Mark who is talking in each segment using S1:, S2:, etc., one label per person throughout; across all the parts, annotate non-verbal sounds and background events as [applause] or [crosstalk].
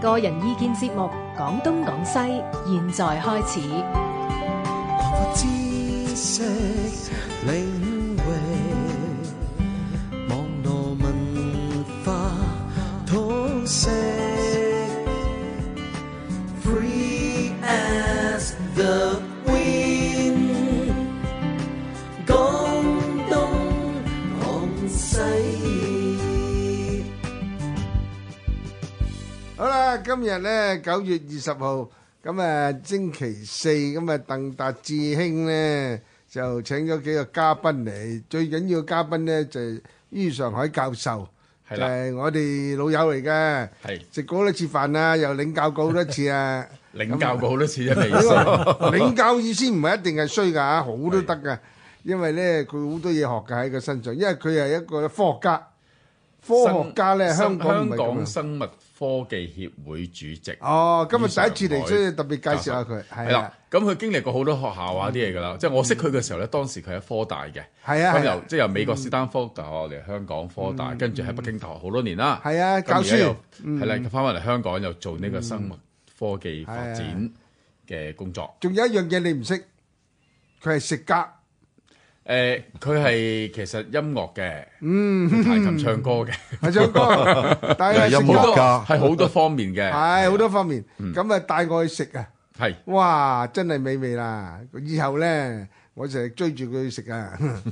S1: 個人意見節目《講東講西》，現在開始。
S2: 我知識領域，網絡文化通識，free as the wind。講東講西。
S3: 好啦，今日咧九月二十號，咁啊星期四，咁啊鄧達志興咧就請咗幾個嘉賓嚟，最緊要嘉賓咧就係于上海教授，
S4: 係
S3: 就
S4: 啦
S3: 係我哋老友嚟嘅，
S4: 係
S3: 食過好多次飯啊，又領教過好多次啊。
S4: 領教過好多次啫，
S3: [laughs]
S4: 未
S3: 呢
S4: 識。
S3: 個領教意思唔係一定係衰㗎，好都得㗎，因為咧佢好多嘢學㗎喺佢身上，因為佢係一個科學家，科學家咧香
S4: 生
S3: 港唔係
S4: 香
S3: 咁啊
S4: 港生物科技協會主席。
S3: 哦，今日第一次
S4: 於上
S3: 嚟，
S4: 海
S3: 所以特別介紹下佢，
S4: 係
S3: 係
S4: 啦
S3: 啊，，嗯
S4: 咁佢經歷過好多學校啊啲嘢㗎啦，即係我識佢嘅時候咧，當時佢喺科大嘅，
S3: 係啊
S4: 咁
S3: 係啊
S4: 由即係由美國斯坦福大學嚟香港科大，跟住喺北京大學好多年啦，
S3: 係啊
S4: 咁而家
S3: 教書嗯
S4: 又係啦，翻返嚟香港又做呢個生物科技發
S3: 啊
S4: 展嘅工作。
S3: 仲有一樣嘢你唔識，佢係食家，
S4: [laughs] 誒，佢係其實音樂嘅，嗯，彈琴唱歌嘅，
S3: 係唱歌，但係啊
S5: 又
S3: 食
S5: 音樂
S3: 過
S4: 好多
S5: 家
S4: 係好多方面嘅，
S3: 係好多方面，咁啊帶我去食啊，
S4: 係。
S3: 哇，真係美味啦！以後咧，我成日追住佢去食啊。 [laughs]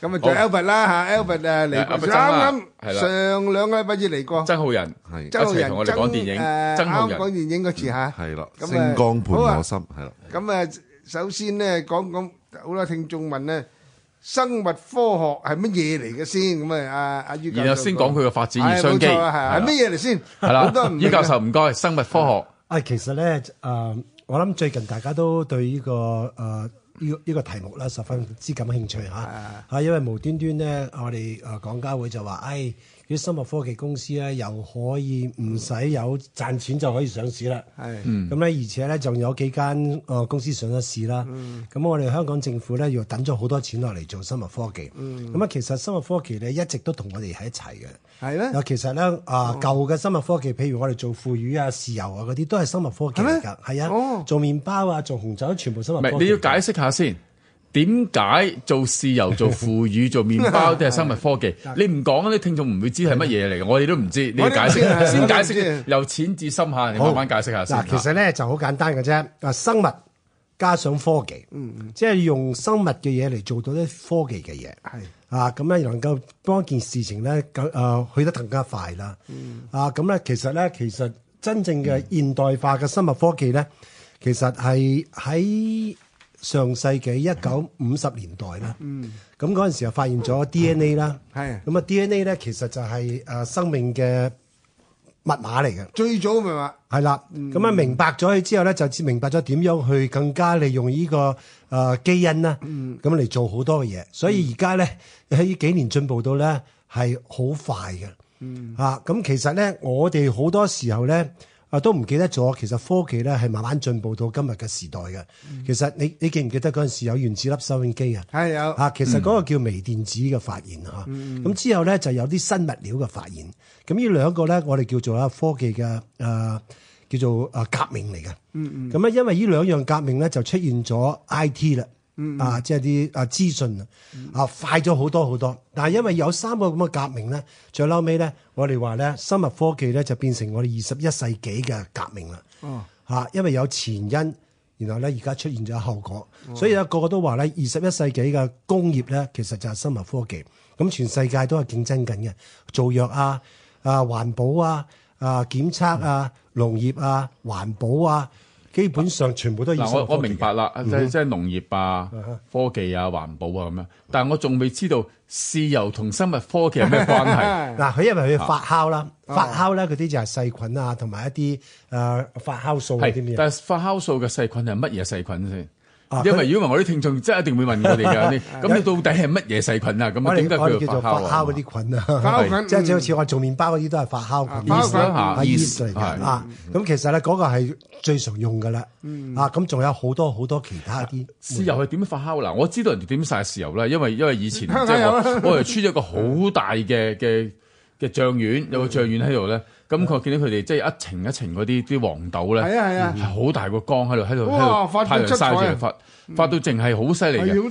S3: 咁啊，仲有 Albert 啦嚇，Albert 誒嚟過，
S4: Albert 曾啦
S3: 啱
S4: 係
S3: 啱
S4: 啦
S3: 上兩個禮拜至嚟過，
S4: 曾浩仁
S5: 係
S4: 一齊同我哋講電
S3: 曾
S4: 影，
S3: 誒
S4: 曾浩
S3: 啱講
S4: 仁
S3: 電影嗰次嚇。
S5: 係啦，
S3: 咁啊
S5: 星光伴
S3: 好啊
S5: 我心係啦，
S3: 咁啊，首先咧講講好多聽眾問咧，生物科學係乜嘢嚟嘅先？咁啊，阿阿于教授
S4: 然後先講佢嘅發展與商機，
S3: 係冇錯啊係係乜嘢嚟先？
S4: 係
S3: 好多
S4: 啦
S3: 人唔，明嘅
S4: 于教授唔該，生物科學
S6: 啊，其實咧，誒、我諗最近大家都對呢、個誒呢、個呢個題目咧十分之感興趣嚇，啊，因為無端端咧，我哋誒港交會就話，誒、哎、啲生物科技公司咧又可以唔使有賺錢就可以上市啦。
S3: 係
S6: 咁咧，而且咧仲有幾間誒公司上咗市啦。咁我哋香港政府咧又等咗好多錢落嚟做生物科技。咁啊，其實生物科技咧一直都同我哋喺一齊嘅。
S3: 係咧
S6: 啊，其實咧啊，舊嘅生物科技，譬如我哋做腐乳啊、豉油啊嗰啲，都係生物科技嚟㗎。係
S3: 哦
S6: 啊，做麵包啊、做紅酒，全部生物
S4: 唔
S6: 科技。
S4: 係你要解釋下先，點解做豉油、做腐乳、做麵包都係生物科
S3: [laughs]
S4: 技？你唔講啲聽眾唔會知係乜嘢嚟嘅，我哋都唔知。你要解
S3: 我哋唔知
S4: 釋，
S3: 啊
S4: 先解
S3: 我哋唔
S4: 釋
S3: 知
S4: 由淺至深下，你
S6: 好
S4: 慢慢解釋下先
S6: 嗱，。其實咧就好簡單嘅啫，啊生物加上科技，
S3: 嗯
S6: 即係用生物嘅嘢嚟做到啲科技嘅嘢，
S3: 係
S6: 啊咁咧能夠幫一件事情咧，咁啊去得更加快啦，
S3: 嗯
S6: 啊咁咧其實咧其實真正嘅現代化嘅生物科技咧，其實係喺上世紀一九五十年代啦，咁嗰陣時又發現咗 DNA 啦，
S3: 嗯係
S6: 咁啊 DNA 咧其實就係誒生命嘅密碼嚟嘅。
S3: 最早咪話
S6: 係啦，
S3: 嗯
S6: 咁啊明白咗佢之後咧，就至明白咗點樣去更加利用呢、個呃基因啦，
S3: 嗯
S6: 咁嚟、做好多嘅嘢。所以而家咧 [laughs] 喺呢幾年進步到咧係好快嘅，
S3: 嗯
S6: 啊咁其實咧我哋好多時候咧啊都唔記得咗，其實科技咧係慢慢進步到今日嘅時代嘅。其實你你記唔記得嗰陣時有原子粒收音機啊？
S3: 嗯係有
S6: 啊，其實嗰個叫微電子嘅發現嚇，啊咁、之後咧就有啲新物料嘅發現，咁呢兩個咧我哋叫做啦科技嘅誒、呃叫做誒革命嚟嘅，咁咧、因為呢兩樣革命咧就出現咗 I T 啦。啊，即係啲啊資訊啊，啊快咗好多好多，但係因為有三個咁嘅革命咧，最嬲尾咧，我哋話咧生物科技咧就變成我哋二十一世紀嘅革命啦。
S3: 哦
S6: 嚇，因為有前因，然後咧而家出現咗後果，所以咧個個都話咧，二十一世紀嘅工業咧其實就係生物科技，咁全世界都係競爭緊嘅，做藥啊、啊環保啊、啊檢測啊、農業啊、環保啊，基本上全部都係二
S4: 嗱，
S6: 十一世紀
S4: 我我明白啦，
S3: 嗯
S4: 即係即係農業啊、科技啊、環保啊咁樣，但係我仲未知道豉油同生物科技有咩關
S3: [laughs]
S4: 係。
S6: 嗱，佢因為佢發酵啦，
S4: 啊
S6: 發酵咧嗰啲就係細菌啊，同埋一啲誒、呃、發酵素嗰啲
S4: 係，
S6: 咩
S4: 但係發酵素嘅細菌係乜嘢細菌先？
S6: 啊
S4: 因為如果唔係我啲聽眾真係一定會問我哋
S6: [laughs]
S4: 㗎，你咁你到底係乜嘢細菌啊？咁
S6: 我
S4: 啊點解
S6: 哋我哋
S4: 佢
S6: 叫做
S4: 叫
S6: 發
S4: 發酵
S6: 酵嗰
S4: 嗰啲？
S6: 啲菌啊，
S3: 發酵菌
S6: [laughs] 即係即係好似我做麵包嗰啲都係發酵菌
S3: 啊
S4: 發酵菌
S6: 啊
S4: 啊
S6: yeast
S4: yeast，
S6: 嚟㗎
S4: 係
S6: 啊。咁其實咧嗰個係最常用㗎啦，
S4: 嗯
S6: 啊咁仲有好多好多其他啲
S4: 豉油係點樣發酵嗱？我知
S6: [laughs] 啊
S4: 道人哋點晒豉油啦，因為因為以前即
S3: 香港
S4: 係
S3: 有
S4: 我我係出咗個好大嘅嘅嘅醬丸，有個醬丸喺度咧，咁佢見到佢哋即係一層一層嗰啲啲黃豆咧，
S3: 係啊係啊
S4: 係好大個缸喺度喺度
S3: 哇
S4: 喺度
S3: 發到
S4: 太陽
S3: 七彩啊
S4: 曬住嚟發，發到淨係好犀利嘅。
S3: 係好